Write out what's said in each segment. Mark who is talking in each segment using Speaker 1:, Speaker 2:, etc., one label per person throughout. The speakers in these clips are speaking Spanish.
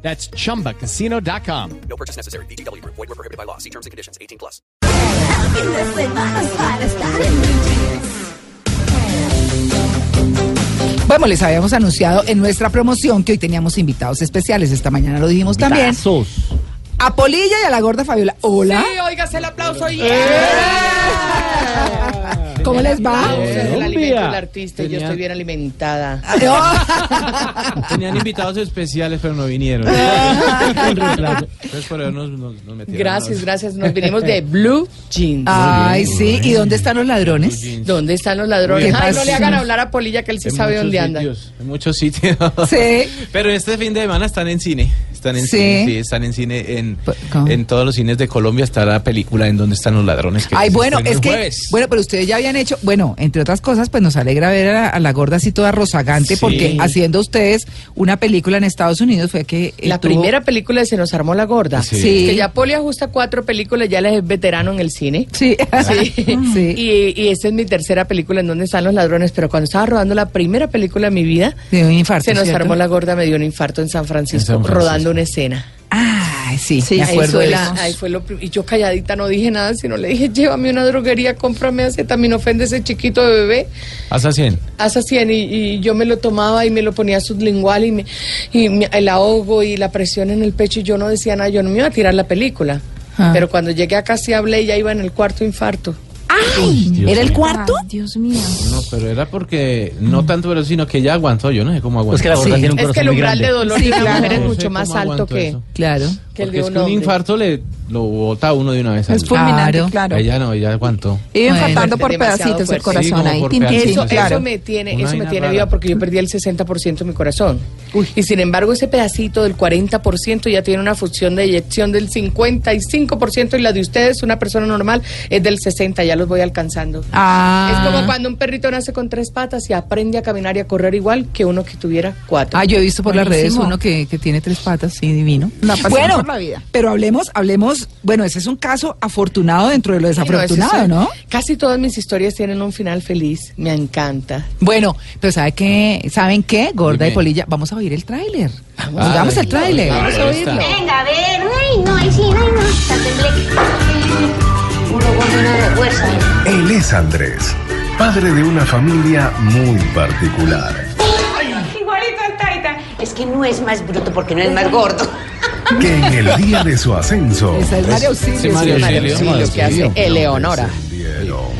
Speaker 1: That's chumbacasino.com.
Speaker 2: No purchase necessary. BGW. Void were prohibited by law. See terms and conditions. 18 plus.
Speaker 3: in the semanas para estar en BTS.
Speaker 4: Bueno, les habíamos anunciado en nuestra promoción que hoy teníamos invitados especiales. Esta mañana lo dijimos también. A Polilla y a la gorda Fabiola. Hola.
Speaker 5: Sí, oigas el aplauso y ¡Eh!
Speaker 4: ¿Cómo les va?
Speaker 5: el alimento del artista y yo estoy bien alimentada.
Speaker 6: Tenían invitados especiales, pero no vinieron. Un reemplazo. Entonces, por eso nos, nos, nos metieron.
Speaker 5: Gracias,
Speaker 6: a-
Speaker 5: gracias. Nos vinimos de Blue Jeans.
Speaker 4: Ay, sí. ¿Y dónde están los ladrones?
Speaker 5: ¿Dónde están los ladrones?
Speaker 4: ¿Qué
Speaker 5: Ay, no
Speaker 4: pasó?
Speaker 5: le hagan hablar a Polilla que él sí
Speaker 6: en
Speaker 5: sabe dónde
Speaker 6: muchos
Speaker 5: anda.
Speaker 6: sitios, En muchos sitios.
Speaker 4: Sí.
Speaker 6: Pero este fin de semana están en cine. Están en
Speaker 4: Sí.
Speaker 6: cine. sí, están en cine. En,
Speaker 4: P- ¿cómo?
Speaker 6: en todos los cines de Colombia está la película en donde están los ladrones. que
Speaker 4: Ay,
Speaker 6: se
Speaker 4: bueno,
Speaker 6: estrenó
Speaker 4: es
Speaker 6: el
Speaker 4: que.
Speaker 6: jueves.
Speaker 4: Bueno, pero ustedes ya habían hecho. Bueno, entre otras cosas, pues nos alegra ver a, a la gorda así toda rozagante,
Speaker 6: Sí.
Speaker 4: porque haciendo ustedes una película en Estados Unidos fue que. eh,
Speaker 5: La
Speaker 4: tuvo-
Speaker 5: primera película de Se nos armó la gorda.
Speaker 6: Sí.
Speaker 4: Sí.
Speaker 5: Que ya Poli ajusta cuatro películas, ya él es veterano en el cine.
Speaker 4: Sí.
Speaker 5: Sí.
Speaker 4: Mm. Sí.
Speaker 5: Y, y esta es mi tercera película en donde están los ladrones, pero cuando estaba rodando la primera película de mi vida,
Speaker 4: De un infarto.
Speaker 5: se nos
Speaker 4: ¿cierto?
Speaker 5: armó la gorda, me dio un infarto en San Francisco,
Speaker 6: San Francisco.
Speaker 5: rodando una escena.
Speaker 4: Ay, sí. me
Speaker 5: ahí
Speaker 4: acuerdo
Speaker 5: fue,
Speaker 4: de
Speaker 5: la-
Speaker 4: eso.
Speaker 5: ahí fue lo prim- y yo calladita no dije nada, sino le dije, llévame a una droguería, cómprame acetaminofén de ese chiquito de bebé,
Speaker 6: Hasta 100.
Speaker 5: hasta 100, y, y yo me lo tomaba y me lo ponía sublingual y, me, y me- el ahogo y la presión en el pecho y yo no decía nada, yo no me iba a tirar la película.
Speaker 4: Ah.
Speaker 5: Pero cuando llegué acá sí hablé y ya iba en el cuarto infarto.
Speaker 4: ¿Era el cuarto?
Speaker 7: Ah,
Speaker 3: Dios mío.
Speaker 6: No, pero era porque. No tanto, pero sino que ya aguantó. Yo no sé cómo aguantó.
Speaker 8: Es que la gorda
Speaker 4: Sí.
Speaker 8: tiene un
Speaker 5: Es que
Speaker 8: corazón
Speaker 5: el
Speaker 8: muy
Speaker 5: umbral de
Speaker 8: grande.
Speaker 5: dolor
Speaker 4: Sí,
Speaker 5: de una
Speaker 4: claro.
Speaker 5: mujer es
Speaker 4: No
Speaker 6: sé
Speaker 5: mucho más
Speaker 6: cómo
Speaker 5: alto
Speaker 6: aguantó
Speaker 5: que,
Speaker 6: eso.
Speaker 4: Claro.
Speaker 5: que el
Speaker 6: Porque
Speaker 5: de
Speaker 6: es
Speaker 5: un
Speaker 6: que un
Speaker 5: hombre.
Speaker 6: infarto le lo bota a uno de una vez. al
Speaker 9: Es
Speaker 6: otro.
Speaker 9: fulminante,
Speaker 4: Claro.
Speaker 9: claro.
Speaker 6: Ella no, ella aguantó.
Speaker 9: Iba
Speaker 4: Bueno.
Speaker 9: infartando por
Speaker 5: Fuerte, demasiado
Speaker 9: pedacitos el
Speaker 5: fuerte.
Speaker 6: Sí,
Speaker 9: corazón
Speaker 6: como
Speaker 9: ahí.
Speaker 6: por
Speaker 9: tin, tin,
Speaker 6: pedacitos,
Speaker 9: tin,
Speaker 5: Eso,
Speaker 6: sí,
Speaker 9: claro.
Speaker 5: eso me tiene,
Speaker 6: Una
Speaker 5: eso me
Speaker 6: vaina
Speaker 5: tiene
Speaker 6: rara.
Speaker 5: viva porque yo perdí el 60% de mi corazón. Y sin embargo, ese pedacito del 40% ya tiene una función de eyección del 55% y la de ustedes, una persona normal, es del 60%, ya los voy alcanzando.
Speaker 4: Ah.
Speaker 5: Es como cuando un perrito nace con tres patas y aprende a caminar y a correr igual que uno que tuviera cuatro.
Speaker 4: Ah, yo he visto por las
Speaker 9: Buenísimo.
Speaker 4: redes uno que, que tiene tres patas, sí, divino.
Speaker 9: La pasión
Speaker 4: bueno,
Speaker 9: por la vida.
Speaker 4: pero hablemos, hablemos, bueno, ese es un caso afortunado dentro de lo
Speaker 5: Sí, no, eso es-
Speaker 4: desafortunado, ¿no?
Speaker 5: Casi todas mis historias tienen un final feliz. Me encanta.
Speaker 4: Bueno, pero ¿sabe qué? ¿saben qué? Gorda y
Speaker 6: Dime.
Speaker 4: Polilla, vamos a oír el tráiler. Vamos,
Speaker 6: Ah,
Speaker 4: vamos al
Speaker 6: claro,
Speaker 4: tráiler.
Speaker 6: claro,
Speaker 4: Vamos a
Speaker 6: ahí
Speaker 4: oírlo.
Speaker 6: está.
Speaker 3: Venga, a ver. Ay, no, ahí sí, no, no. Está tembleque. Uno con una de fuerza.
Speaker 10: Él es Andrés, padre de una familia muy particular.
Speaker 11: Igualito al Taita.
Speaker 3: Es que no es más bruto porque no es más gordo.
Speaker 10: Que en el día de su ascenso
Speaker 4: Esa es María Auxilio.
Speaker 6: Sí, María
Speaker 4: sí, María
Speaker 6: Auxilio.
Speaker 4: Auxilio.
Speaker 5: Lo que hace Eleonora.
Speaker 10: descendieron.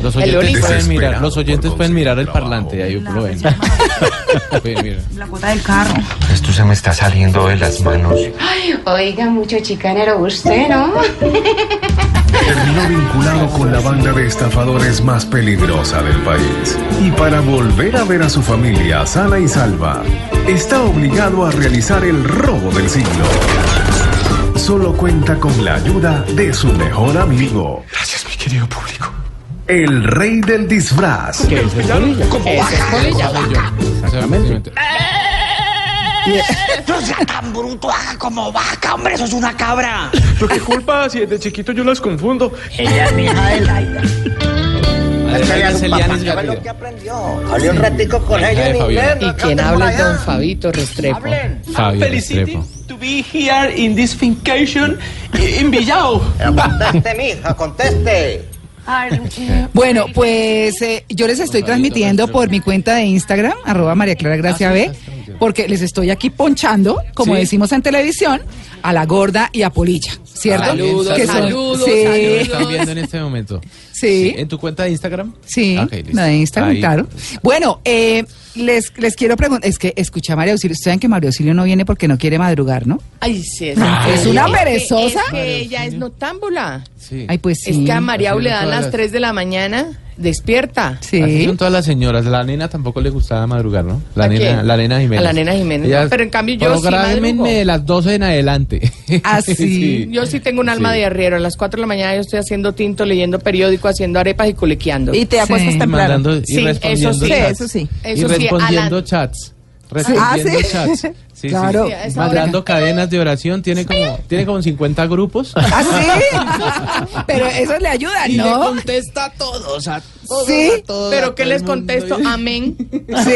Speaker 6: Los
Speaker 5: El
Speaker 6: oyentes
Speaker 5: Olivo.
Speaker 6: pueden mirar,
Speaker 10: Desesperado
Speaker 6: los oyentes
Speaker 10: por
Speaker 6: pueden mirar el
Speaker 10: conseguir
Speaker 6: parlante, ahí lo ven. Pueden mirar.
Speaker 12: Esto se me está saliendo de las manos.
Speaker 11: Oiga, mucho chicanero usted, ¿no?
Speaker 10: Terminó vinculado con la banda de estafadores más peligrosa del país. Y para volver a ver a su familia sana y salva, está obligado a realizar el robo del siglo. Solo cuenta con la ayuda de su mejor amigo. Gracias, mi querido público. El rey del disfraz.
Speaker 5: Ese es Polilla.
Speaker 6: Exactamente.
Speaker 8: No sea tan bruto, haga como vaca, hombre, eso es una cabra.
Speaker 6: Adriana Celianis Gaviria.
Speaker 8: Hablé un ratico con
Speaker 6: Hija de Fabiola.
Speaker 5: ¿Y quién habla es don Fabito Restrepo?
Speaker 6: Fabiola Restrepo.
Speaker 8: to be here in this vacation in Villao. Conteste, mija, conteste.
Speaker 4: Bueno, pues eh, yo les estoy transmitiendo por mi cuenta de Instagram, arroba María
Speaker 6: Ah,
Speaker 4: Clara Gracia B, porque les estoy aquí ponchando, como
Speaker 6: Sí.
Speaker 4: decimos en televisión, a la gorda y a Polilla, ¿cierto?
Speaker 5: Saludos,
Speaker 4: Que son-
Speaker 5: saludos,
Speaker 4: sí,
Speaker 6: Lo
Speaker 5: saludos.
Speaker 6: están viendo en este momento.
Speaker 4: Sí.
Speaker 6: ¿En tu cuenta de Instagram?
Speaker 4: Sí,
Speaker 6: Ok, listo.
Speaker 4: la de Instagram,
Speaker 6: Ahí.
Speaker 4: claro. Bueno, eh, Les, les quiero preguntar, es que escuché a María Auxilio, ustedes saben que María Auxilio no viene porque no quiere madrugar, ¿no?
Speaker 5: Ay, Ah, sí,
Speaker 4: Ay, Ah, es una
Speaker 5: que-
Speaker 4: perezosa.
Speaker 5: Es que ella es notámbula.
Speaker 6: Sí.
Speaker 4: Ay, pues sí.
Speaker 5: Es que a Mariau le dan
Speaker 6: Todas
Speaker 5: las
Speaker 6: las-
Speaker 5: 3 de la mañana, despierta.
Speaker 6: Así
Speaker 4: Sí.
Speaker 6: son todas las señoras. La nena tampoco le gustaba madrugar, ¿no? La
Speaker 5: ¿A
Speaker 6: nena,
Speaker 5: quién?
Speaker 6: la nena Jiménez.
Speaker 5: A la nena Jiménez. No, pero en cambio yo sí
Speaker 6: prográmenme
Speaker 5: madrugo.
Speaker 6: de las 12 en adelante.
Speaker 4: Ah, sí.
Speaker 5: Yo sí tengo un alma
Speaker 6: Sí.
Speaker 5: de arriero. A las 4 de la mañana yo estoy haciendo tinto, leyendo periódico, haciendo arepas y culequeando.
Speaker 9: Y te acuestas
Speaker 4: Sí.
Speaker 6: Y
Speaker 9: temprano.
Speaker 6: mandando y
Speaker 5: Sí,
Speaker 6: respondiendo
Speaker 5: eso sí.
Speaker 6: chats.
Speaker 9: Sí, eso sí.
Speaker 5: Eso
Speaker 6: y
Speaker 5: sí,
Speaker 6: respondiendo
Speaker 5: Alan.
Speaker 6: chats. Respondiendo
Speaker 9: sí.
Speaker 6: chats. Sí, sí.
Speaker 9: Claro. Sí,
Speaker 5: a esa hora.
Speaker 6: Mandando cadenas de oración. Tiene como, tiene como 50 grupos.
Speaker 4: ¿Ah, sí? Pero eso le ayuda,
Speaker 6: Y le
Speaker 4: ¿no?
Speaker 6: contesta a todos. A todos
Speaker 4: Sí.
Speaker 6: a todos, a
Speaker 5: Pero ¿qué
Speaker 6: todo el
Speaker 5: les
Speaker 6: mundo.
Speaker 5: contesto? Amén.
Speaker 4: Sí.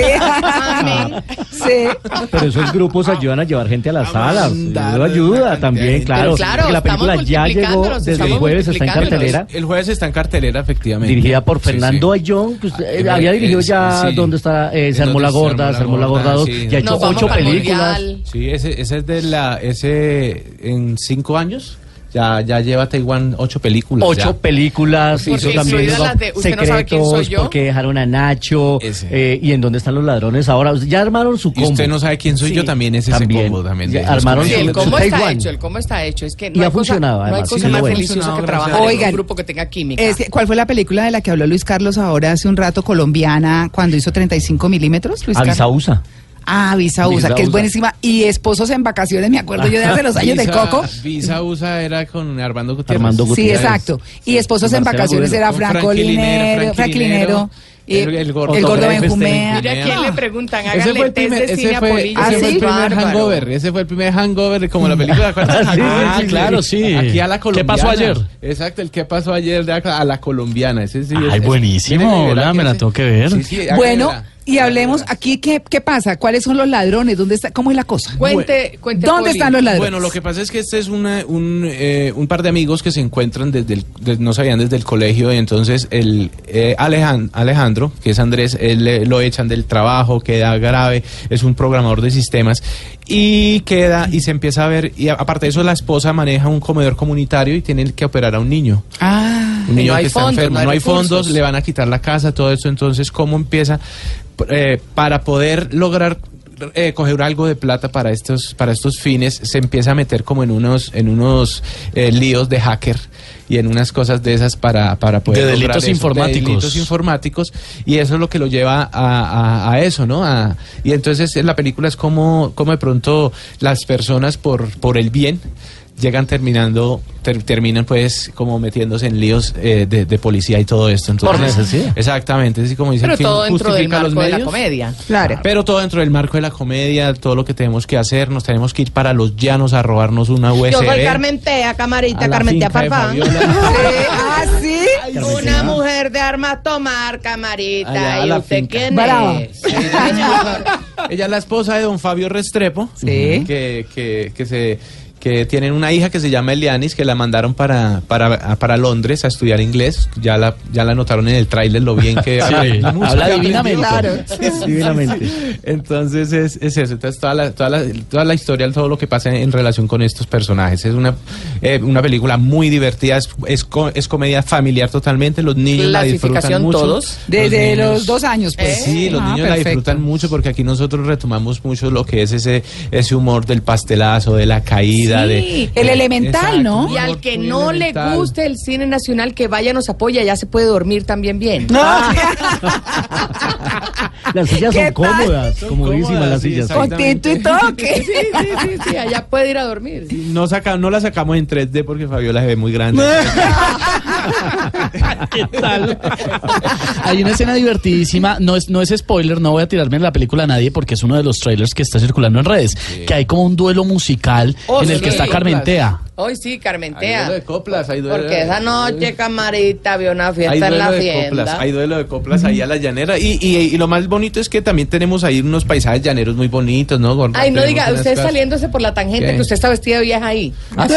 Speaker 5: Amén.
Speaker 4: Sí.
Speaker 13: Pero esos grupos ayudan a llevar gente a las salas.
Speaker 6: mandar
Speaker 13: Eso ayuda también,
Speaker 6: gente.
Speaker 13: claro.
Speaker 5: Pero claro,
Speaker 13: porque la película
Speaker 5: estamos
Speaker 13: ya llegó
Speaker 5: multiplicándolos,
Speaker 13: desde el
Speaker 5: estamos
Speaker 13: jueves, está en
Speaker 5: multiplicándolos.
Speaker 13: cartelera.
Speaker 6: El jueves está en cartelera, efectivamente.
Speaker 13: Dirigida por
Speaker 6: Sí,
Speaker 13: Fernando
Speaker 6: sí.
Speaker 13: Ayllón, que usted, eh,
Speaker 6: Ah,
Speaker 13: había dirigido
Speaker 6: es-
Speaker 13: ya
Speaker 6: sí.
Speaker 13: donde está eh,
Speaker 6: En
Speaker 13: se armó
Speaker 6: donde
Speaker 13: la gorda, se armó la gorda dos,
Speaker 6: sí.
Speaker 13: ya ha hecho
Speaker 5: Nos vamos
Speaker 13: ocho
Speaker 5: para el
Speaker 13: películas.
Speaker 5: mundial.
Speaker 6: Sí, ese, ese es de la. Ese en cinco años ya, ya lleva Taiwán ocho películas.
Speaker 13: Ocho
Speaker 6: ya.
Speaker 13: películas,
Speaker 5: Porque
Speaker 13: hizo también
Speaker 5: incluidas las de Usted no sabe quién soy
Speaker 13: Secretos,
Speaker 5: yo.
Speaker 13: porque dejaron a Nacho,
Speaker 6: Ese.
Speaker 13: eh, y en dónde están los ladrones ahora. O sea, Ya armaron su
Speaker 6: Y
Speaker 13: combo.
Speaker 6: usted no sabe quién soy
Speaker 13: Sí.
Speaker 6: yo también, es ese
Speaker 13: También.
Speaker 6: combo también. de
Speaker 13: Ya
Speaker 6: los
Speaker 13: armaron
Speaker 5: Sí,
Speaker 6: comediantes.
Speaker 5: el
Speaker 13: Solo-
Speaker 5: cómo está
Speaker 13: Taiwán.
Speaker 5: hecho, el cómo está hecho. Es que
Speaker 13: Y
Speaker 5: no
Speaker 13: ha
Speaker 5: hay cosa,
Speaker 13: funcionado,
Speaker 5: no hay
Speaker 13: además,
Speaker 5: cosa
Speaker 13: sí,
Speaker 5: más
Speaker 13: bueno.
Speaker 5: deliciosa que
Speaker 6: Funcionado,
Speaker 5: trabajar
Speaker 6: gracias
Speaker 4: a
Speaker 5: en
Speaker 4: Dios.
Speaker 5: un grupo que tenga química.
Speaker 4: Es que, ¿Cuál fue la película de la que habló Luis Carlos ahora hace un rato, colombiana, cuando hizo 35 milímetros? Luis Carlos.
Speaker 13: Avisausa.
Speaker 4: Ah, Visa USA,
Speaker 13: Visa
Speaker 4: que es
Speaker 13: USA.
Speaker 4: buenísima. Y Esposos en Vacaciones, me acuerdo yo de hace los años del
Speaker 6: Visa-
Speaker 4: Coco.
Speaker 6: Visa USA era con Armando Gutiérrez.
Speaker 13: Armando
Speaker 4: Sí,
Speaker 13: Gutiérrez.
Speaker 4: exacto. Y Esposos en
Speaker 13: Marcela
Speaker 4: Vacaciones
Speaker 13: Agudelo.
Speaker 4: era
Speaker 6: Con
Speaker 4: Franco
Speaker 6: Frankie Linero,
Speaker 4: Linero,
Speaker 6: Frankie
Speaker 4: Frankie Linero, y
Speaker 6: El- el gordo
Speaker 4: el gordo
Speaker 13: Fred
Speaker 4: Benjumea.
Speaker 6: Festein.
Speaker 5: Mira, ¿a quién le preguntan?
Speaker 6: Ese
Speaker 5: Háganle
Speaker 6: fue el
Speaker 5: test
Speaker 6: primer,
Speaker 5: de
Speaker 6: ese
Speaker 5: cine a
Speaker 6: fue,
Speaker 5: Polillo.
Speaker 6: ese
Speaker 4: ¿Ah,
Speaker 6: fue
Speaker 4: sí?
Speaker 6: el primer
Speaker 5: Bárbaro.
Speaker 6: hangover. Ese fue el primer hangover, como la película, Ah, ¿de acuerdo?
Speaker 13: Ah, sí, sí, sí.
Speaker 6: Aquí a la
Speaker 13: ¿Qué
Speaker 6: colombiana.
Speaker 13: pasó ayer?
Speaker 6: Exacto, el que pasó ayer de acá a la colombiana. Ese, sí,
Speaker 13: Ay,
Speaker 6: ese-
Speaker 13: buenísimo,
Speaker 6: tiene que ver,
Speaker 13: hola,
Speaker 6: hay
Speaker 13: me la
Speaker 6: hacer-
Speaker 13: tengo que ver.
Speaker 6: Sí, sí, hay que
Speaker 4: Bueno,
Speaker 6: verla.
Speaker 4: y hablemos aquí, ¿qué, qué pasa? ¿Cuáles son los ladrones? ¿Dónde está? ¿Cómo es la cosa?
Speaker 5: Cuente, cuente.
Speaker 4: ¿Dónde
Speaker 5: Poli.
Speaker 4: están los ladrones?
Speaker 6: Bueno, lo que pasa es que este es una- un, eh, un par de amigos que se encuentran desde el, de- no sabían desde el colegio y entonces el eh, Alejan- Alejandro, que es Andrés, él, eh, lo echan del trabajo, queda grave, es un programador de sistemas y queda y se empieza a ver y a- aparte de eso la esposa maneja un comedor comunitario y tiene que operar a un niño.
Speaker 4: Ah,
Speaker 6: Un
Speaker 5: Y
Speaker 6: niño
Speaker 5: no hay
Speaker 6: que está
Speaker 5: fondos,
Speaker 6: enfermo,
Speaker 5: no hay
Speaker 6: no hay
Speaker 5: recursos.
Speaker 6: fondos, le van a quitar la casa, todo eso. Entonces, ¿cómo empieza Eh, para poder lograr eh, coger algo de plata para estos para estos fines? Se empieza a meter como en unos en unos eh, líos de hacker y en unas cosas de esas para para poder
Speaker 13: De
Speaker 6: lograr
Speaker 13: delitos
Speaker 6: eso,
Speaker 13: informáticos.
Speaker 6: de delitos informáticos y eso es lo que lo lleva a, a- a eso, ¿no? A- y entonces en la película es como como de pronto las personas por por el bien llegan terminando, ter- terminan pues como metiéndose en líos eh, de, de policía y todo esto. Entonces,
Speaker 13: Por necesidad.
Speaker 6: Exactamente, así como dice
Speaker 5: Pero todo dentro del
Speaker 6: justifica los
Speaker 5: marco de la
Speaker 6: medios.
Speaker 5: comedia.
Speaker 4: claro.
Speaker 6: Pero todo dentro del marco de la comedia, todo lo que tenemos que hacer, nos tenemos que ir para los llanos a robarnos una USB.
Speaker 9: Yo soy Carmentea, camarita,
Speaker 6: a la
Speaker 9: Carmentea
Speaker 6: finca de
Speaker 9: Farfán.
Speaker 6: Fabiola.
Speaker 4: Eh, ah, sí.
Speaker 9: Una mujer de armas tomar,
Speaker 6: Allá
Speaker 9: camarita.
Speaker 6: a
Speaker 9: ¿Y
Speaker 6: la
Speaker 9: usted
Speaker 6: finca.
Speaker 9: quién
Speaker 4: Brava.
Speaker 9: es?
Speaker 6: Ella es la esposa de don Fabio Restrepo,
Speaker 4: Sí.
Speaker 6: que, que, que se que tienen una hija que se llama Elianis, que la mandaron para, para, para Londres a estudiar inglés. Ya la, ya la notaron en el tráiler lo bien que
Speaker 13: Sí,
Speaker 6: la música
Speaker 13: habla
Speaker 6: que
Speaker 13: divinamente.
Speaker 6: aprendió.
Speaker 13: Divinamente.
Speaker 6: Entonces es, es eso, entonces toda la, toda, la, toda la historia, todo lo que pasa en relación con estos personajes. Es una, eh, una película muy divertida, es, es, co- es comedia familiar totalmente, los niños la disfrutan
Speaker 5: Clasificación
Speaker 6: mucho.
Speaker 5: todos.
Speaker 4: Desde los,
Speaker 6: niños- Eh,
Speaker 4: dos años, pues.
Speaker 6: Sí, los
Speaker 4: Ah,
Speaker 6: niños la
Speaker 4: perfecto.
Speaker 6: disfrutan mucho porque aquí nosotros retomamos mucho lo que es ese, ese humor del pastelazo, de la caída,
Speaker 5: Sí,
Speaker 6: de
Speaker 4: el
Speaker 6: de-
Speaker 4: elemental, ¿no?
Speaker 5: Y al
Speaker 6: humor
Speaker 5: que
Speaker 6: muy
Speaker 5: no le
Speaker 6: elemental.
Speaker 5: guste el cine nacional, que vaya, nos apoya, ya se puede dormir también bien.
Speaker 13: Las sillas
Speaker 4: ¿Qué
Speaker 13: son
Speaker 4: tal?
Speaker 13: cómodas,
Speaker 6: Son
Speaker 13: comodísimas
Speaker 6: cómodas,
Speaker 13: las
Speaker 6: sí,
Speaker 13: sillas.
Speaker 6: exacto.
Speaker 4: Con tinto y toque.
Speaker 5: Sí, sí, sí, sí, allá puede ir a dormir.
Speaker 6: Y No, saca, no la sacamos en 3D porque Fabiola se ve muy grande.
Speaker 14: ¿Qué tal? Hay una escena divertidísima, no es, no es spoiler, no voy a tirarme en la película a nadie porque es uno de los trailers que está circulando en redes, que hay como un duelo musical
Speaker 5: Oh,
Speaker 14: en el
Speaker 5: sí.
Speaker 14: que está Carmentea.
Speaker 5: Hoy sí, Carmentea.
Speaker 6: duelo de coplas, hay duelo
Speaker 5: Porque
Speaker 6: de-
Speaker 5: esa noche, camarita, había una
Speaker 6: Hay
Speaker 5: fiesta en
Speaker 6: duelo
Speaker 5: la
Speaker 6: de coplas,
Speaker 5: hacienda.
Speaker 6: hay duelo de coplas ahí a la llanera. Y, y, y lo más bonito es que también tenemos ahí unos paisajes llaneros muy bonitos, ¿no? Gorda?
Speaker 5: Ay, no
Speaker 6: Tenemos
Speaker 5: diga,
Speaker 6: unas
Speaker 5: usted
Speaker 6: cosas-
Speaker 5: saliéndose por la tangente,
Speaker 6: ¿Qué?
Speaker 5: que usted está vestida de vieja ahí.
Speaker 6: Ah,
Speaker 4: ¿Sí?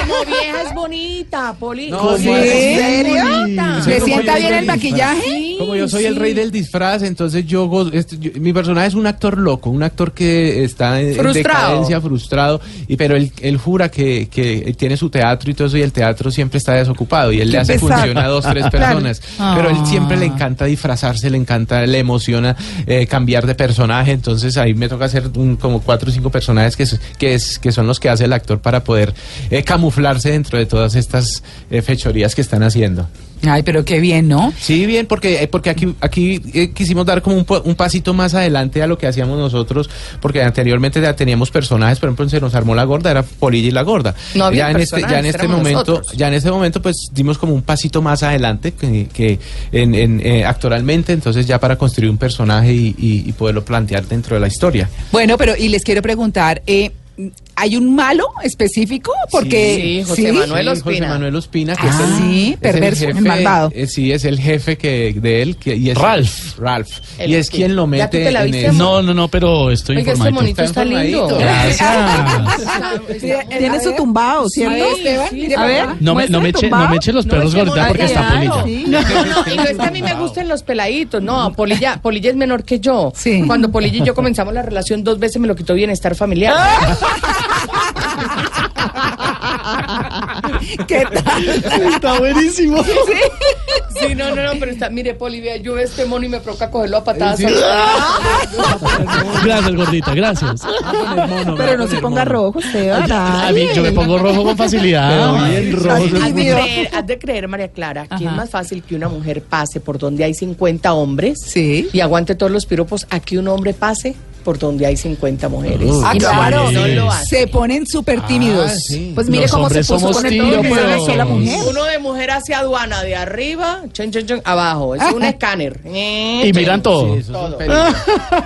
Speaker 5: Como vieja es bonita, Poli.
Speaker 6: No,
Speaker 5: Como
Speaker 6: ¿sí?
Speaker 5: vieja
Speaker 4: ¿En
Speaker 5: es
Speaker 4: serio?
Speaker 5: bonita.
Speaker 4: ¿Le
Speaker 6: Como
Speaker 4: sienta
Speaker 6: yo
Speaker 4: bien
Speaker 6: soy
Speaker 4: el
Speaker 6: disfraz.
Speaker 4: maquillaje?
Speaker 6: Como yo soy el rey del disfraz, entonces yo, go- este, yo- mi personaje es un actor loco, un actor que está en, en
Speaker 5: Frustrado.
Speaker 6: decadencia, frustrado, y pero él, él jura que que, que tiene su teatro y todo eso, y el teatro siempre está desocupado, y él
Speaker 15: Qué
Speaker 6: le hace
Speaker 15: pesar.
Speaker 6: función a dos, tres
Speaker 15: Claro.
Speaker 6: personas. Pero él siempre le encanta disfrazarse, le encanta, le emociona eh, cambiar de personaje, entonces ahí me toca hacer un- como cuatro o cinco personajes que, es- que, es, que son los que hace el actor para poder eh, camuflarse dentro de todas estas eh, fechorías que están haciendo.
Speaker 4: Ay, pero qué bien, ¿no?
Speaker 6: Sí, bien, porque, eh, porque aquí, aquí eh, quisimos dar como un, po- un pasito más adelante a lo que hacíamos nosotros, porque anteriormente ya teníamos personajes, por ejemplo, en Se nos armó la gorda, era Polilla y la gorda.
Speaker 15: No había
Speaker 6: ya en este, ya en
Speaker 15: personajes,
Speaker 6: este
Speaker 15: éramos
Speaker 6: momento,
Speaker 15: nosotros.
Speaker 6: ya en este momento, pues dimos como un pasito más adelante que, que en, en, eh, actualmente, entonces ya para construir un personaje y, y- y poderlo plantear dentro de la historia.
Speaker 4: Bueno, pero y les quiero preguntar, eh, ¿hay un malo específico? Porque
Speaker 6: Sí, José Manuel Sí, José Ospina. Manuel Ospina, que
Speaker 4: ah,
Speaker 6: es el-
Speaker 4: sí,
Speaker 6: Es el
Speaker 4: perverso,
Speaker 6: jefe,
Speaker 4: el malvado.
Speaker 6: eh, sí, es el jefe que de él. Que, y es
Speaker 14: Ralph.
Speaker 6: Ralph.
Speaker 14: El
Speaker 6: y es
Speaker 14: Ospina.
Speaker 6: quien lo
Speaker 14: ¿Ya tú
Speaker 6: mete
Speaker 14: te la
Speaker 6: en
Speaker 14: viste,
Speaker 6: el-
Speaker 14: amor? No, no, no, pero estoy
Speaker 5: Oiga, este
Speaker 14: informadito.
Speaker 5: monito está lindo.
Speaker 14: Gracias.
Speaker 7: Tiene su tumbado, ¿cierto?
Speaker 5: Sí, Esteban, mire
Speaker 7: a
Speaker 5: para
Speaker 7: ver,
Speaker 5: acá.
Speaker 14: No me, no, me eche, no me eche los perros gorda porque está polilla.
Speaker 5: No, no, no, y no es que a mí me gusten los peladitos, no, Polilla, Polilla es menor que yo. Cuando Polilla y yo comenzamos la relación dos veces me lo quitó bienestar familiar.
Speaker 4: ¿Qué tal?
Speaker 14: Está buenísimo.
Speaker 5: Sí, Sí, no, no, no, pero está, mire, Poli, vea, yo veo este mono y me provoca cogerlo a patadas.
Speaker 14: Sí. Gracias, gordita, gracias.
Speaker 7: Pero no se ponga rojo, Esteban.
Speaker 4: Ah,
Speaker 14: A mí, yo me pongo rojo con facilidad.
Speaker 5: Has de, creer, has de creer, María Clara, que es más fácil que una mujer pase por donde hay 50 hombres y aguante todos los piropos a que un hombre pase por donde hay 50 mujeres.
Speaker 4: Ah,
Speaker 5: Y
Speaker 4: claro,
Speaker 5: no lo hace.
Speaker 4: se ponen súper tímidos.
Speaker 5: Pues mire Los cómo se hombres puso somos con el todo que tímidos. era sola
Speaker 4: mujer.
Speaker 5: Uno de mujer hacia aduana, de arriba, chen, chen, chen, abajo. Es un escáner.
Speaker 6: Sí,
Speaker 5: Y
Speaker 6: sí, eso Es un, peligro.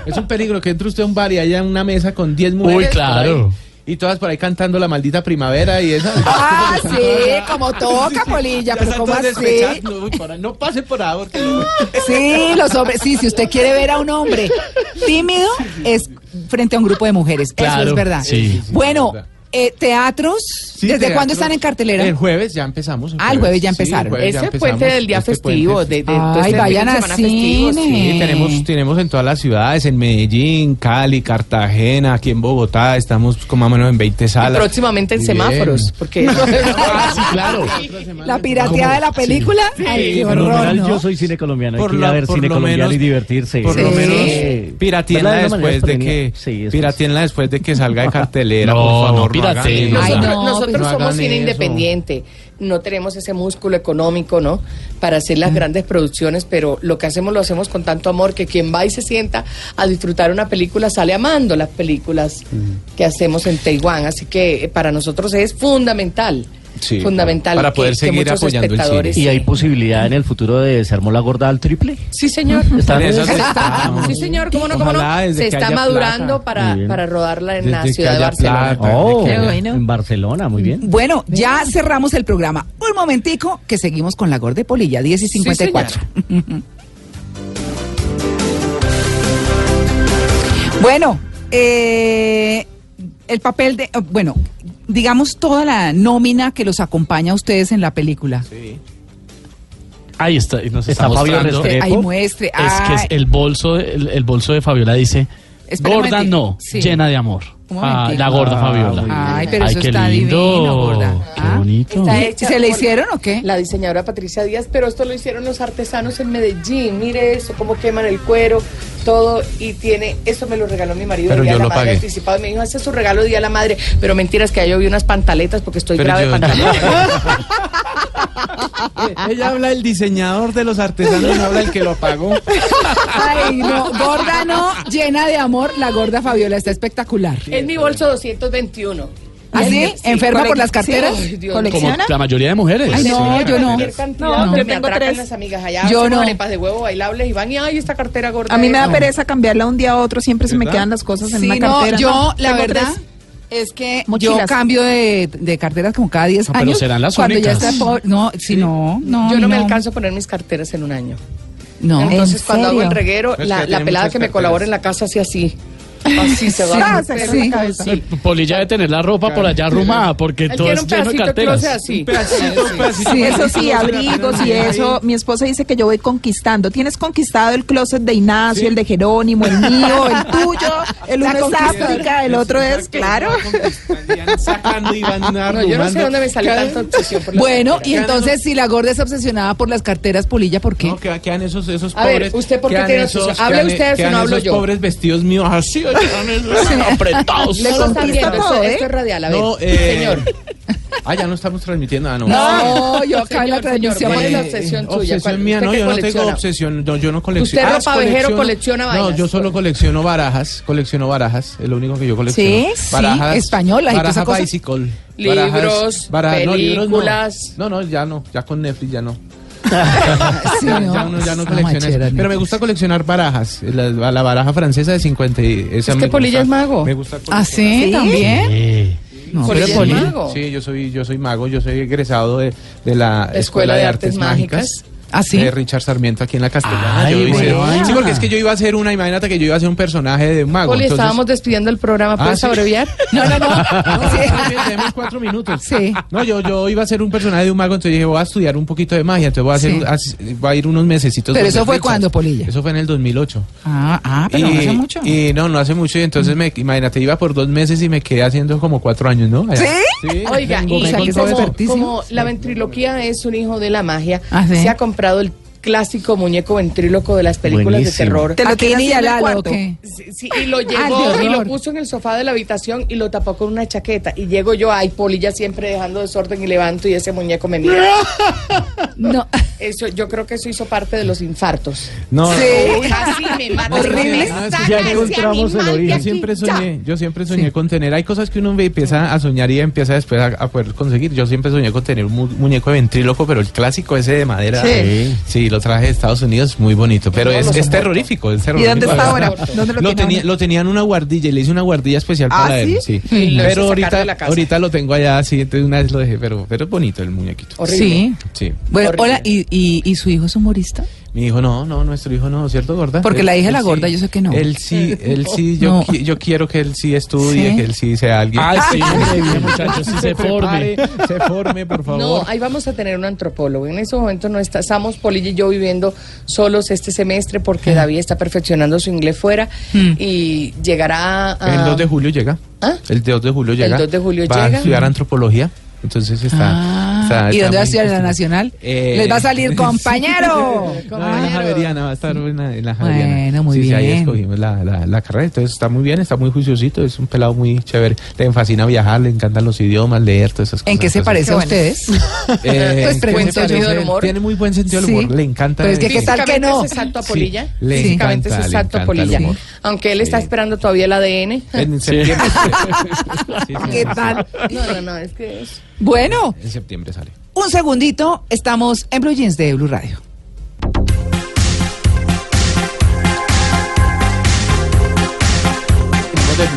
Speaker 6: Es un peligro que entre usted a un bar y haya una mesa con 10 mujeres. por
Speaker 14: claro.
Speaker 6: ahí, y todas por ahí cantando la maldita primavera y esa.
Speaker 4: Ah, sí, como toca, Polilla, pero ¿cómo así?
Speaker 6: No, voy por ahí, no pase por ahí. porque-
Speaker 4: Sí, los hombres, sí, si usted quiere ver a un hombre tímido, es frente a un grupo de mujeres. Eso
Speaker 6: Claro,
Speaker 4: es verdad.
Speaker 6: sí, sí, sí,
Speaker 4: bueno,
Speaker 6: es verdad.
Speaker 4: eh, teatros, Eh,
Speaker 6: Sí,
Speaker 4: ¿desde
Speaker 6: teatros.
Speaker 4: cuándo están en cartelera?
Speaker 6: El jueves ya empezamos.
Speaker 4: Ah, el jueves ya
Speaker 6: sí, el
Speaker 4: empezaron.
Speaker 6: jueves ya
Speaker 4: Ese
Speaker 6: empezamos, este
Speaker 4: puente del día festivo,
Speaker 6: puente.
Speaker 4: de- de- Ay, entonces, vayan fin de a semana festivo, cine.
Speaker 5: Mm.
Speaker 6: Sí, tenemos, tenemos en todas las ciudades, en Medellín, Cali, Cartagena, aquí en Bogotá, estamos como más o menos en 20 salas.
Speaker 5: próximamente en
Speaker 6: Bien. Ah,
Speaker 5: semáforos, porque
Speaker 14: sí, claro.
Speaker 4: La pirateada de la película. Ay, qué
Speaker 13: Por lo
Speaker 4: horror,
Speaker 13: general,
Speaker 4: ¿no?
Speaker 13: Yo soy cine colombiano. Hay
Speaker 6: Por
Speaker 13: que ir a
Speaker 6: la-
Speaker 13: ver
Speaker 6: por
Speaker 13: cine
Speaker 6: lo
Speaker 13: colombiano
Speaker 6: menos-
Speaker 13: y divertirse.
Speaker 6: Por lo
Speaker 13: Sí.
Speaker 6: menos
Speaker 13: Verla
Speaker 6: piratienla
Speaker 13: de una manera
Speaker 6: después de que
Speaker 13: entretenida. Sí, eso
Speaker 6: piratienla después de que salga de cartelera,
Speaker 14: No,
Speaker 6: por favor,
Speaker 14: no
Speaker 6: hagan
Speaker 14: pirateen.
Speaker 6: eso.
Speaker 14: Ay,
Speaker 5: No, nosotros
Speaker 13: pues,
Speaker 6: no
Speaker 5: somos
Speaker 6: hagan
Speaker 5: cine
Speaker 6: eso.
Speaker 5: independiente, no tenemos ese músculo económico, ¿no? Para hacer las grandes producciones, pero lo que hacemos lo hacemos con tanto amor que quien va y se sienta a disfrutar una película sale amando las películas que hacemos en Taiwán, así que eh, para nosotros es fundamental,
Speaker 13: Sí,
Speaker 5: fundamental
Speaker 13: para
Speaker 5: que-
Speaker 13: poder
Speaker 5: que
Speaker 13: seguir
Speaker 5: muchos
Speaker 13: apoyando el
Speaker 5: espectadores-
Speaker 13: ¿Y hay posibilidad en el futuro de se armó la gorda al triple?
Speaker 5: Sí, señor.
Speaker 6: Pues
Speaker 13: Está en
Speaker 5: Se
Speaker 13: esas
Speaker 5: está,
Speaker 13: estamos.
Speaker 5: sí, señor, cómo no, cómo no.
Speaker 13: Ojalá desde
Speaker 5: Se
Speaker 13: que
Speaker 5: está
Speaker 13: haya
Speaker 5: madurando
Speaker 13: plata.
Speaker 5: para,
Speaker 13: Muy bien.
Speaker 5: para rodarla en la
Speaker 13: Desde que
Speaker 5: ciudad de
Speaker 13: haya
Speaker 5: Barcelona.
Speaker 13: plata,
Speaker 4: Oh.
Speaker 13: desde que haya-
Speaker 4: Qué bueno.
Speaker 13: En Barcelona, muy bien.
Speaker 4: Bueno, ya cerramos el programa. Un momentico que seguimos con la gorda de Polilla, 10 y 54. bueno, eh, el papel de... oh, Bueno, digamos toda la nómina que los acompaña a ustedes en la película.
Speaker 14: Ahí está, y nos
Speaker 13: Está
Speaker 14: está,
Speaker 13: Fabio
Speaker 14: mostrando.
Speaker 13: Restrepo.
Speaker 4: Ahí muestre.
Speaker 14: Es que es
Speaker 4: Ay.
Speaker 14: el bolso, de- el, el bolso de Fabiola dice,
Speaker 4: Espera un
Speaker 14: gorda
Speaker 4: momentico.
Speaker 14: no,
Speaker 4: Sí.
Speaker 14: llena de amor.
Speaker 4: Un
Speaker 14: Ah,
Speaker 4: momentico.
Speaker 14: la gorda
Speaker 4: Ah,
Speaker 14: Fabiola.
Speaker 4: Ay, pero eso
Speaker 14: qué
Speaker 4: está divino, gorda. Ah,
Speaker 14: Qué bonito.
Speaker 5: Está hecha
Speaker 4: ¿Se le
Speaker 5: por
Speaker 4: hicieron o
Speaker 6: ¿Eh?
Speaker 4: qué?
Speaker 5: La diseñadora Patricia Díaz, pero esto lo hicieron los artesanos en Medellín. Mire eso, cómo queman el cuero, todo. Y tiene, eso me lo regaló mi marido.
Speaker 6: Pero
Speaker 5: el día
Speaker 6: yo
Speaker 5: de la
Speaker 6: lo
Speaker 5: madre
Speaker 6: pagué.
Speaker 5: anticipado. Me dijo, ese es su regalo día de la madre. Pero mentiras que yo vi unas pantaletas porque estoy
Speaker 6: Pero
Speaker 5: grave de
Speaker 6: yo-
Speaker 5: pantaletas.
Speaker 6: Ella habla el diseñador de los artesanos, no habla el que lo pagó.
Speaker 4: Ay, no, gorda no, llena de amor, la gorda Fabiola está espectacular.
Speaker 5: es mi bolso 221.
Speaker 4: ¿Ah, sí? ¿Enferma por las
Speaker 5: Sí,
Speaker 4: carteras?
Speaker 5: ay, Dios.
Speaker 14: Como la mayoría de mujeres.
Speaker 4: Ay, no, yo no.
Speaker 5: Cualquier cantidad,
Speaker 4: No,
Speaker 5: que
Speaker 4: yo
Speaker 5: me
Speaker 4: tengo
Speaker 5: atracan
Speaker 4: tres.
Speaker 5: las amigas allá.
Speaker 4: Yo
Speaker 5: Yo
Speaker 4: no.
Speaker 5: arepas de huevo bailables y van y, ay, esta cartera gorda.
Speaker 7: A mí me da
Speaker 5: es".
Speaker 7: pereza cambiarla un día a otro, siempre se me quedan las cosas en
Speaker 4: Sí,
Speaker 7: una
Speaker 4: no,
Speaker 7: cartera.
Speaker 4: yo,
Speaker 7: No,
Speaker 4: la
Speaker 7: tengo
Speaker 4: verdad,
Speaker 7: tres.
Speaker 4: es que yo
Speaker 7: Mochilas.
Speaker 4: cambio de, de carteras como cada 10
Speaker 14: No, Ah, pero
Speaker 4: años.
Speaker 14: serán las
Speaker 4: cuando
Speaker 14: únicas.
Speaker 4: ya está pobre. No, si no, no.
Speaker 5: Yo no me
Speaker 4: no.
Speaker 5: alcanzo a poner mis carteras en un año.
Speaker 4: No.
Speaker 5: Entonces,
Speaker 4: ¿En
Speaker 5: cuando hago
Speaker 4: serio?
Speaker 5: el reguero,
Speaker 4: Pues
Speaker 5: la,
Speaker 4: que
Speaker 5: la
Speaker 4: tiene
Speaker 5: pelada
Speaker 4: muchas
Speaker 5: que me
Speaker 4: carteras.
Speaker 5: colabora en la casa hace así. Así se va.
Speaker 4: Ah,
Speaker 14: Sí, sí. Poli ya debe tener la ropa por allá arrumada porque
Speaker 5: Él
Speaker 14: todo
Speaker 5: quiere
Speaker 14: es
Speaker 5: un
Speaker 14: lleno de
Speaker 5: pedacito de
Speaker 14: carteras.
Speaker 5: closet así. Un
Speaker 14: pedacito, un pedacito.
Speaker 7: Pues, Sí, eso sí, abrigos y eso. Mi esposa dice que yo voy conquistando. Tienes conquistado el closet de Ignacio, el de Jerónimo, el mío, el tuyo. El
Speaker 4: La
Speaker 7: uno es
Speaker 4: conquista.
Speaker 7: África, el otro es, claro.
Speaker 6: sacando y van
Speaker 5: No, yo no sé dónde me salió tanta obsesión por la
Speaker 4: Bueno,
Speaker 5: cartera.
Speaker 4: y entonces si la gorda es obsesionada por las carteras, Polilla, ¿por qué?
Speaker 6: No, que quedan esos, esos
Speaker 4: A ver,
Speaker 6: pobres.
Speaker 4: ¿usted por qué
Speaker 6: quedan
Speaker 4: tiene
Speaker 6: esos-
Speaker 4: obsesión? ¿Habla
Speaker 6: quedan- e-
Speaker 4: usted o
Speaker 6: quedan
Speaker 4: no hablo
Speaker 6: esos
Speaker 4: yo?
Speaker 6: pobres vestidos míos así, oye, esos apretados.
Speaker 5: Le está viendo, esto, esto es radial, a ver.
Speaker 6: No, eh,
Speaker 5: Señor.
Speaker 6: Ah, ya no estamos transmitiendo. Ah, no.
Speaker 5: No, yo acá en la
Speaker 6: Eh,
Speaker 5: transmisión. ¿Cuál es la obsesión tuya? ¿Cuál-
Speaker 6: Obsesión mía,
Speaker 5: usted
Speaker 6: no,
Speaker 5: qué
Speaker 6: yo no tengo
Speaker 5: colecciona?
Speaker 6: obsesión, no, yo no colecciono.
Speaker 5: ¿Usted
Speaker 6: Ah,
Speaker 5: ropa vejero
Speaker 6: colecciono-
Speaker 5: colecciona
Speaker 6: No,
Speaker 5: vainas?
Speaker 6: yo solo colecciono barajas, colecciono barajas, es lo único que yo colecciono.
Speaker 4: Sí, sí, españolas y toda esa
Speaker 6: Barajas
Speaker 4: cosa.
Speaker 6: bicycle.
Speaker 5: Libros,
Speaker 6: barajas- barajas- no, libros no.
Speaker 5: películas.
Speaker 6: No, no, ya no, ya con Netflix ya no.
Speaker 4: Sí,
Speaker 6: ya,
Speaker 4: ¿no?
Speaker 6: ya uno ya no
Speaker 4: Esa
Speaker 6: colecciona
Speaker 4: machera,
Speaker 6: eso.
Speaker 4: ¿no?
Speaker 6: Pero me gusta coleccionar barajas. La, la baraja francesa de 50. y- Esa
Speaker 5: Es
Speaker 6: me
Speaker 5: que Polilla
Speaker 6: gusta.
Speaker 5: es mago.
Speaker 6: Me gusta
Speaker 4: ¿Ah,
Speaker 7: ¿Eh,
Speaker 4: sí? ¿También?
Speaker 6: Sí.
Speaker 4: No,
Speaker 5: Polilla
Speaker 6: Sí,
Speaker 5: es
Speaker 6: sí,
Speaker 5: mago.
Speaker 6: Sí, yo soy, yo soy mago, yo soy egresado de, de la Escuela, de Artes, Mágicas.
Speaker 4: ¿Ah, sí?
Speaker 6: De Richard Sarmiento aquí en la Castellana.
Speaker 14: Ay,
Speaker 6: Yo hice-
Speaker 14: buena.
Speaker 6: sí, porque es que yo iba a hacer una, imagínate que yo iba a hacer un personaje de un mago.
Speaker 5: Poli,
Speaker 6: entonces-
Speaker 5: estábamos despidiendo el programa.
Speaker 6: Ah,
Speaker 5: ¿Puedes
Speaker 6: sí.
Speaker 5: abreviar?
Speaker 4: No, no, no.
Speaker 6: No, está bien, tenemos cuatro minutos.
Speaker 4: Sí.
Speaker 6: No, yo, yo iba a ser un personaje de un mago, entonces dije, voy a estudiar un poquito de magia, entonces voy a, hacer,
Speaker 4: Sí.
Speaker 6: un- as- voy a ir unos mesecitos.
Speaker 4: Pero
Speaker 6: donde
Speaker 4: eso fue
Speaker 6: Richard.
Speaker 4: cuando, Polilla.
Speaker 6: Eso fue en el 2008.
Speaker 4: Ah, ah, pero no hace mucho.
Speaker 6: Y no, no hace mucho, y entonces me, imagínate, iba por dos meses y me quedé haciendo como cuatro años, ¿no? Allá.
Speaker 4: ¿Sí?
Speaker 5: Oiga,
Speaker 4: Vengo,
Speaker 5: y,
Speaker 4: vengo,
Speaker 5: y
Speaker 4: vengo
Speaker 5: como,
Speaker 4: expertísimo.
Speaker 5: como la ventriloquía es un hijo de la magia,
Speaker 4: Ah, sí.
Speaker 5: se ha comprado el clásico muñeco ventríloco de las películas
Speaker 13: Buenísimo.
Speaker 5: de terror. Ah,
Speaker 4: ¿Te lo
Speaker 7: ¿A quién
Speaker 4: tiran y
Speaker 7: iba el
Speaker 4: al lado o
Speaker 7: cuarto?
Speaker 4: qué? Ah,
Speaker 5: Sí, sí, y lo
Speaker 4: qué
Speaker 5: llevó
Speaker 4: horror.
Speaker 5: y lo puso en el sofá de la habitación y lo tapó con una chaqueta. Y llego yo, ay, polilla siempre dejando desorden y levanto y ese muñeco me mira.
Speaker 4: No.
Speaker 5: Eso, yo creo que eso hizo parte de los infartos.
Speaker 6: No,
Speaker 4: Sí.
Speaker 5: Casi me mata.
Speaker 4: Horrible.
Speaker 5: Me
Speaker 6: Ya
Speaker 5: saca ese
Speaker 13: encontramos el
Speaker 5: animal de
Speaker 6: Yo
Speaker 5: aquí,
Speaker 6: siempre
Speaker 5: ya.
Speaker 6: soñé, yo siempre soñé con tener. Hay cosas que uno ve- empieza a soñar y empieza después a, a poder conseguir. Yo siempre soñé con tener un mu- muñeco de ventríloco, pero el clásico ese de madera.
Speaker 5: Sí.
Speaker 6: Sí, lo traje de Estados Unidos, muy bonito. Pero es, es terrorífico, es
Speaker 7: ¿Y
Speaker 6: terrorífico.
Speaker 7: dónde está
Speaker 6: la
Speaker 7: ahora?
Speaker 6: verdad.
Speaker 7: ¿Dónde lo,
Speaker 6: Lo,
Speaker 7: tiene
Speaker 6: tenía,
Speaker 7: ahora?
Speaker 6: lo tenía en una guardilla y le hice una guardilla especial
Speaker 7: ¿Ah,
Speaker 6: para él.
Speaker 7: sí?
Speaker 6: Sí.
Speaker 5: Y lo hizo
Speaker 6: Pero
Speaker 5: sacar de
Speaker 6: ahorita,
Speaker 5: la casa.
Speaker 6: ahorita lo tengo allá, así, entonces una vez lo dejé, pero, pero es bonito el muñequito.
Speaker 5: Horrible.
Speaker 4: Sí.
Speaker 6: Sí.
Speaker 4: Bueno,
Speaker 5: Horrible.
Speaker 4: hola, ¿y, y, y su hijo es humorista?
Speaker 6: Mi hijo no, no, nuestro hijo no, ¿cierto, gorda?
Speaker 4: Porque
Speaker 6: Él-
Speaker 4: la hija de
Speaker 6: él
Speaker 4: la
Speaker 6: sí-
Speaker 4: gorda, yo sé que no.
Speaker 6: Él sí, él sí, yo,
Speaker 4: No.
Speaker 6: qui- yo quiero que él sí estudie,
Speaker 4: ¿Sí?
Speaker 6: que él sí sea alguien.
Speaker 14: Ay, sí, hombre, muchachos, sí se forme.
Speaker 6: prepare, Se forme, por favor.
Speaker 5: No, ahí vamos a tener un antropólogo. En ese momento no está, estamos Polilla y yo viviendo solos este semestre porque
Speaker 6: Mm.
Speaker 5: David está perfeccionando su inglés fuera y llegará a...
Speaker 6: el 2 de julio llega.
Speaker 5: ¿Ah?
Speaker 6: El 2 de julio llega.
Speaker 5: 2 de julio
Speaker 6: va
Speaker 5: llega.
Speaker 6: a estudiar antropología. Entonces está.
Speaker 4: Ah,
Speaker 6: está-
Speaker 4: ¿Y
Speaker 6: está
Speaker 4: dónde va a
Speaker 6: muy
Speaker 4: estudiar en la
Speaker 6: interesante.
Speaker 4: nacional?
Speaker 6: Eh,
Speaker 4: Les va a salir compañero.
Speaker 6: No, en Ah, la Javeriana, va a estar en la, en la Javeriana.
Speaker 4: Bueno, muy
Speaker 6: Sí, sí, ahí
Speaker 4: bien.
Speaker 6: escogimos la, la, la carrera. Entonces está muy bien, está muy juiciosito. Es un pelado muy chévere. Le fascina viajar, le encantan los idiomas, leer, todas esas cosas.
Speaker 4: ¿En qué se
Speaker 6: Entonces,
Speaker 4: parece a ustedes?
Speaker 6: Eh,
Speaker 4: Pues
Speaker 6: ¿qué
Speaker 4: pregunto yo.
Speaker 6: se parece?
Speaker 5: del humor.
Speaker 6: Tiene muy buen sentido del
Speaker 4: Sí.
Speaker 6: humor, le encanta.
Speaker 4: Pero es que
Speaker 6: el-
Speaker 4: ¿qué tal que no?
Speaker 5: Físicamente se salto a
Speaker 6: Sí,
Speaker 5: Polilla.
Speaker 6: le
Speaker 5: Físicamente
Speaker 6: encanta,
Speaker 5: se
Speaker 6: le
Speaker 5: salto a
Speaker 6: encanta el
Speaker 5: Polilla.
Speaker 6: humor.
Speaker 5: Aunque él está
Speaker 6: Sí.
Speaker 5: esperando todavía el ADN.
Speaker 6: En septiembre. Sí, sí,
Speaker 4: ¿Qué
Speaker 6: sí, sí.
Speaker 4: tal?
Speaker 5: No, no, no, es que es...
Speaker 4: Bueno,
Speaker 6: En septiembre sale.
Speaker 4: un segundito, estamos en Blue Jeans de Blue Radio.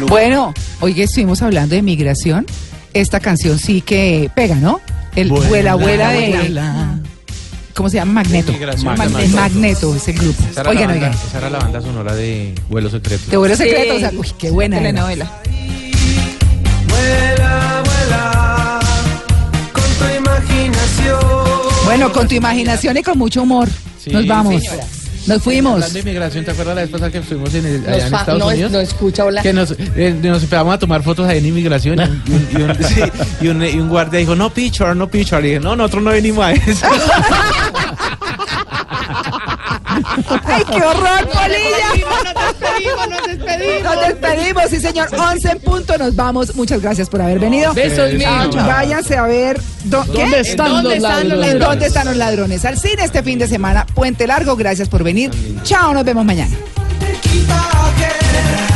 Speaker 4: Bueno, hoy que estuvimos hablando de migración, esta canción sí que pega, ¿no? El vuela, vuela de... ¿Cómo se llama? Magneto.
Speaker 6: Migración.
Speaker 4: Mag-
Speaker 6: Magneto.
Speaker 4: Magneto, es el grupo.
Speaker 6: Esa era,
Speaker 4: Oigan,
Speaker 6: la banda,
Speaker 4: oigan.
Speaker 6: esa era la banda sonora de Vuelo Secreto.
Speaker 4: Te vuelo secreto, o sea, uy, qué buena. era.
Speaker 7: Telenovela.
Speaker 4: Bueno, con tu imaginación y con mucho humor.
Speaker 6: Sí,
Speaker 4: Nos vamos.
Speaker 5: señora.
Speaker 4: Nos fuimos.
Speaker 6: Hablando de migración, ¿te acuerdas la vez pasada que estuvimos en, el- allá
Speaker 5: Nos
Speaker 6: en
Speaker 5: fa-
Speaker 6: Estados
Speaker 5: no, es-
Speaker 6: Unidos?
Speaker 5: no escucha hablar.
Speaker 6: Que nos, eh, nos empezamos a tomar fotos ahí en inmigración y un, y un- sí, y un- y un guardia dijo, no picture, no picture. Y dije, no, nosotros no venimos a eso.
Speaker 4: ¡Ay, qué horror, Polilla!
Speaker 5: Nos despedimos, nos despedimos.
Speaker 4: Nos despedimos, sí, señor. 11 en punto, nos vamos. Muchas gracias por haber venido.
Speaker 5: Besos míos.
Speaker 4: Váyanse a ver. do- ¿qué?
Speaker 14: ¿Dónde están
Speaker 5: ¿Dónde
Speaker 14: los
Speaker 5: están los
Speaker 14: ladrones?
Speaker 4: ¿En dónde están los ladrones? Al cine este fin de semana. Puente Largo, gracias por venir. Chao, nos vemos mañana.
Speaker 8: Quita que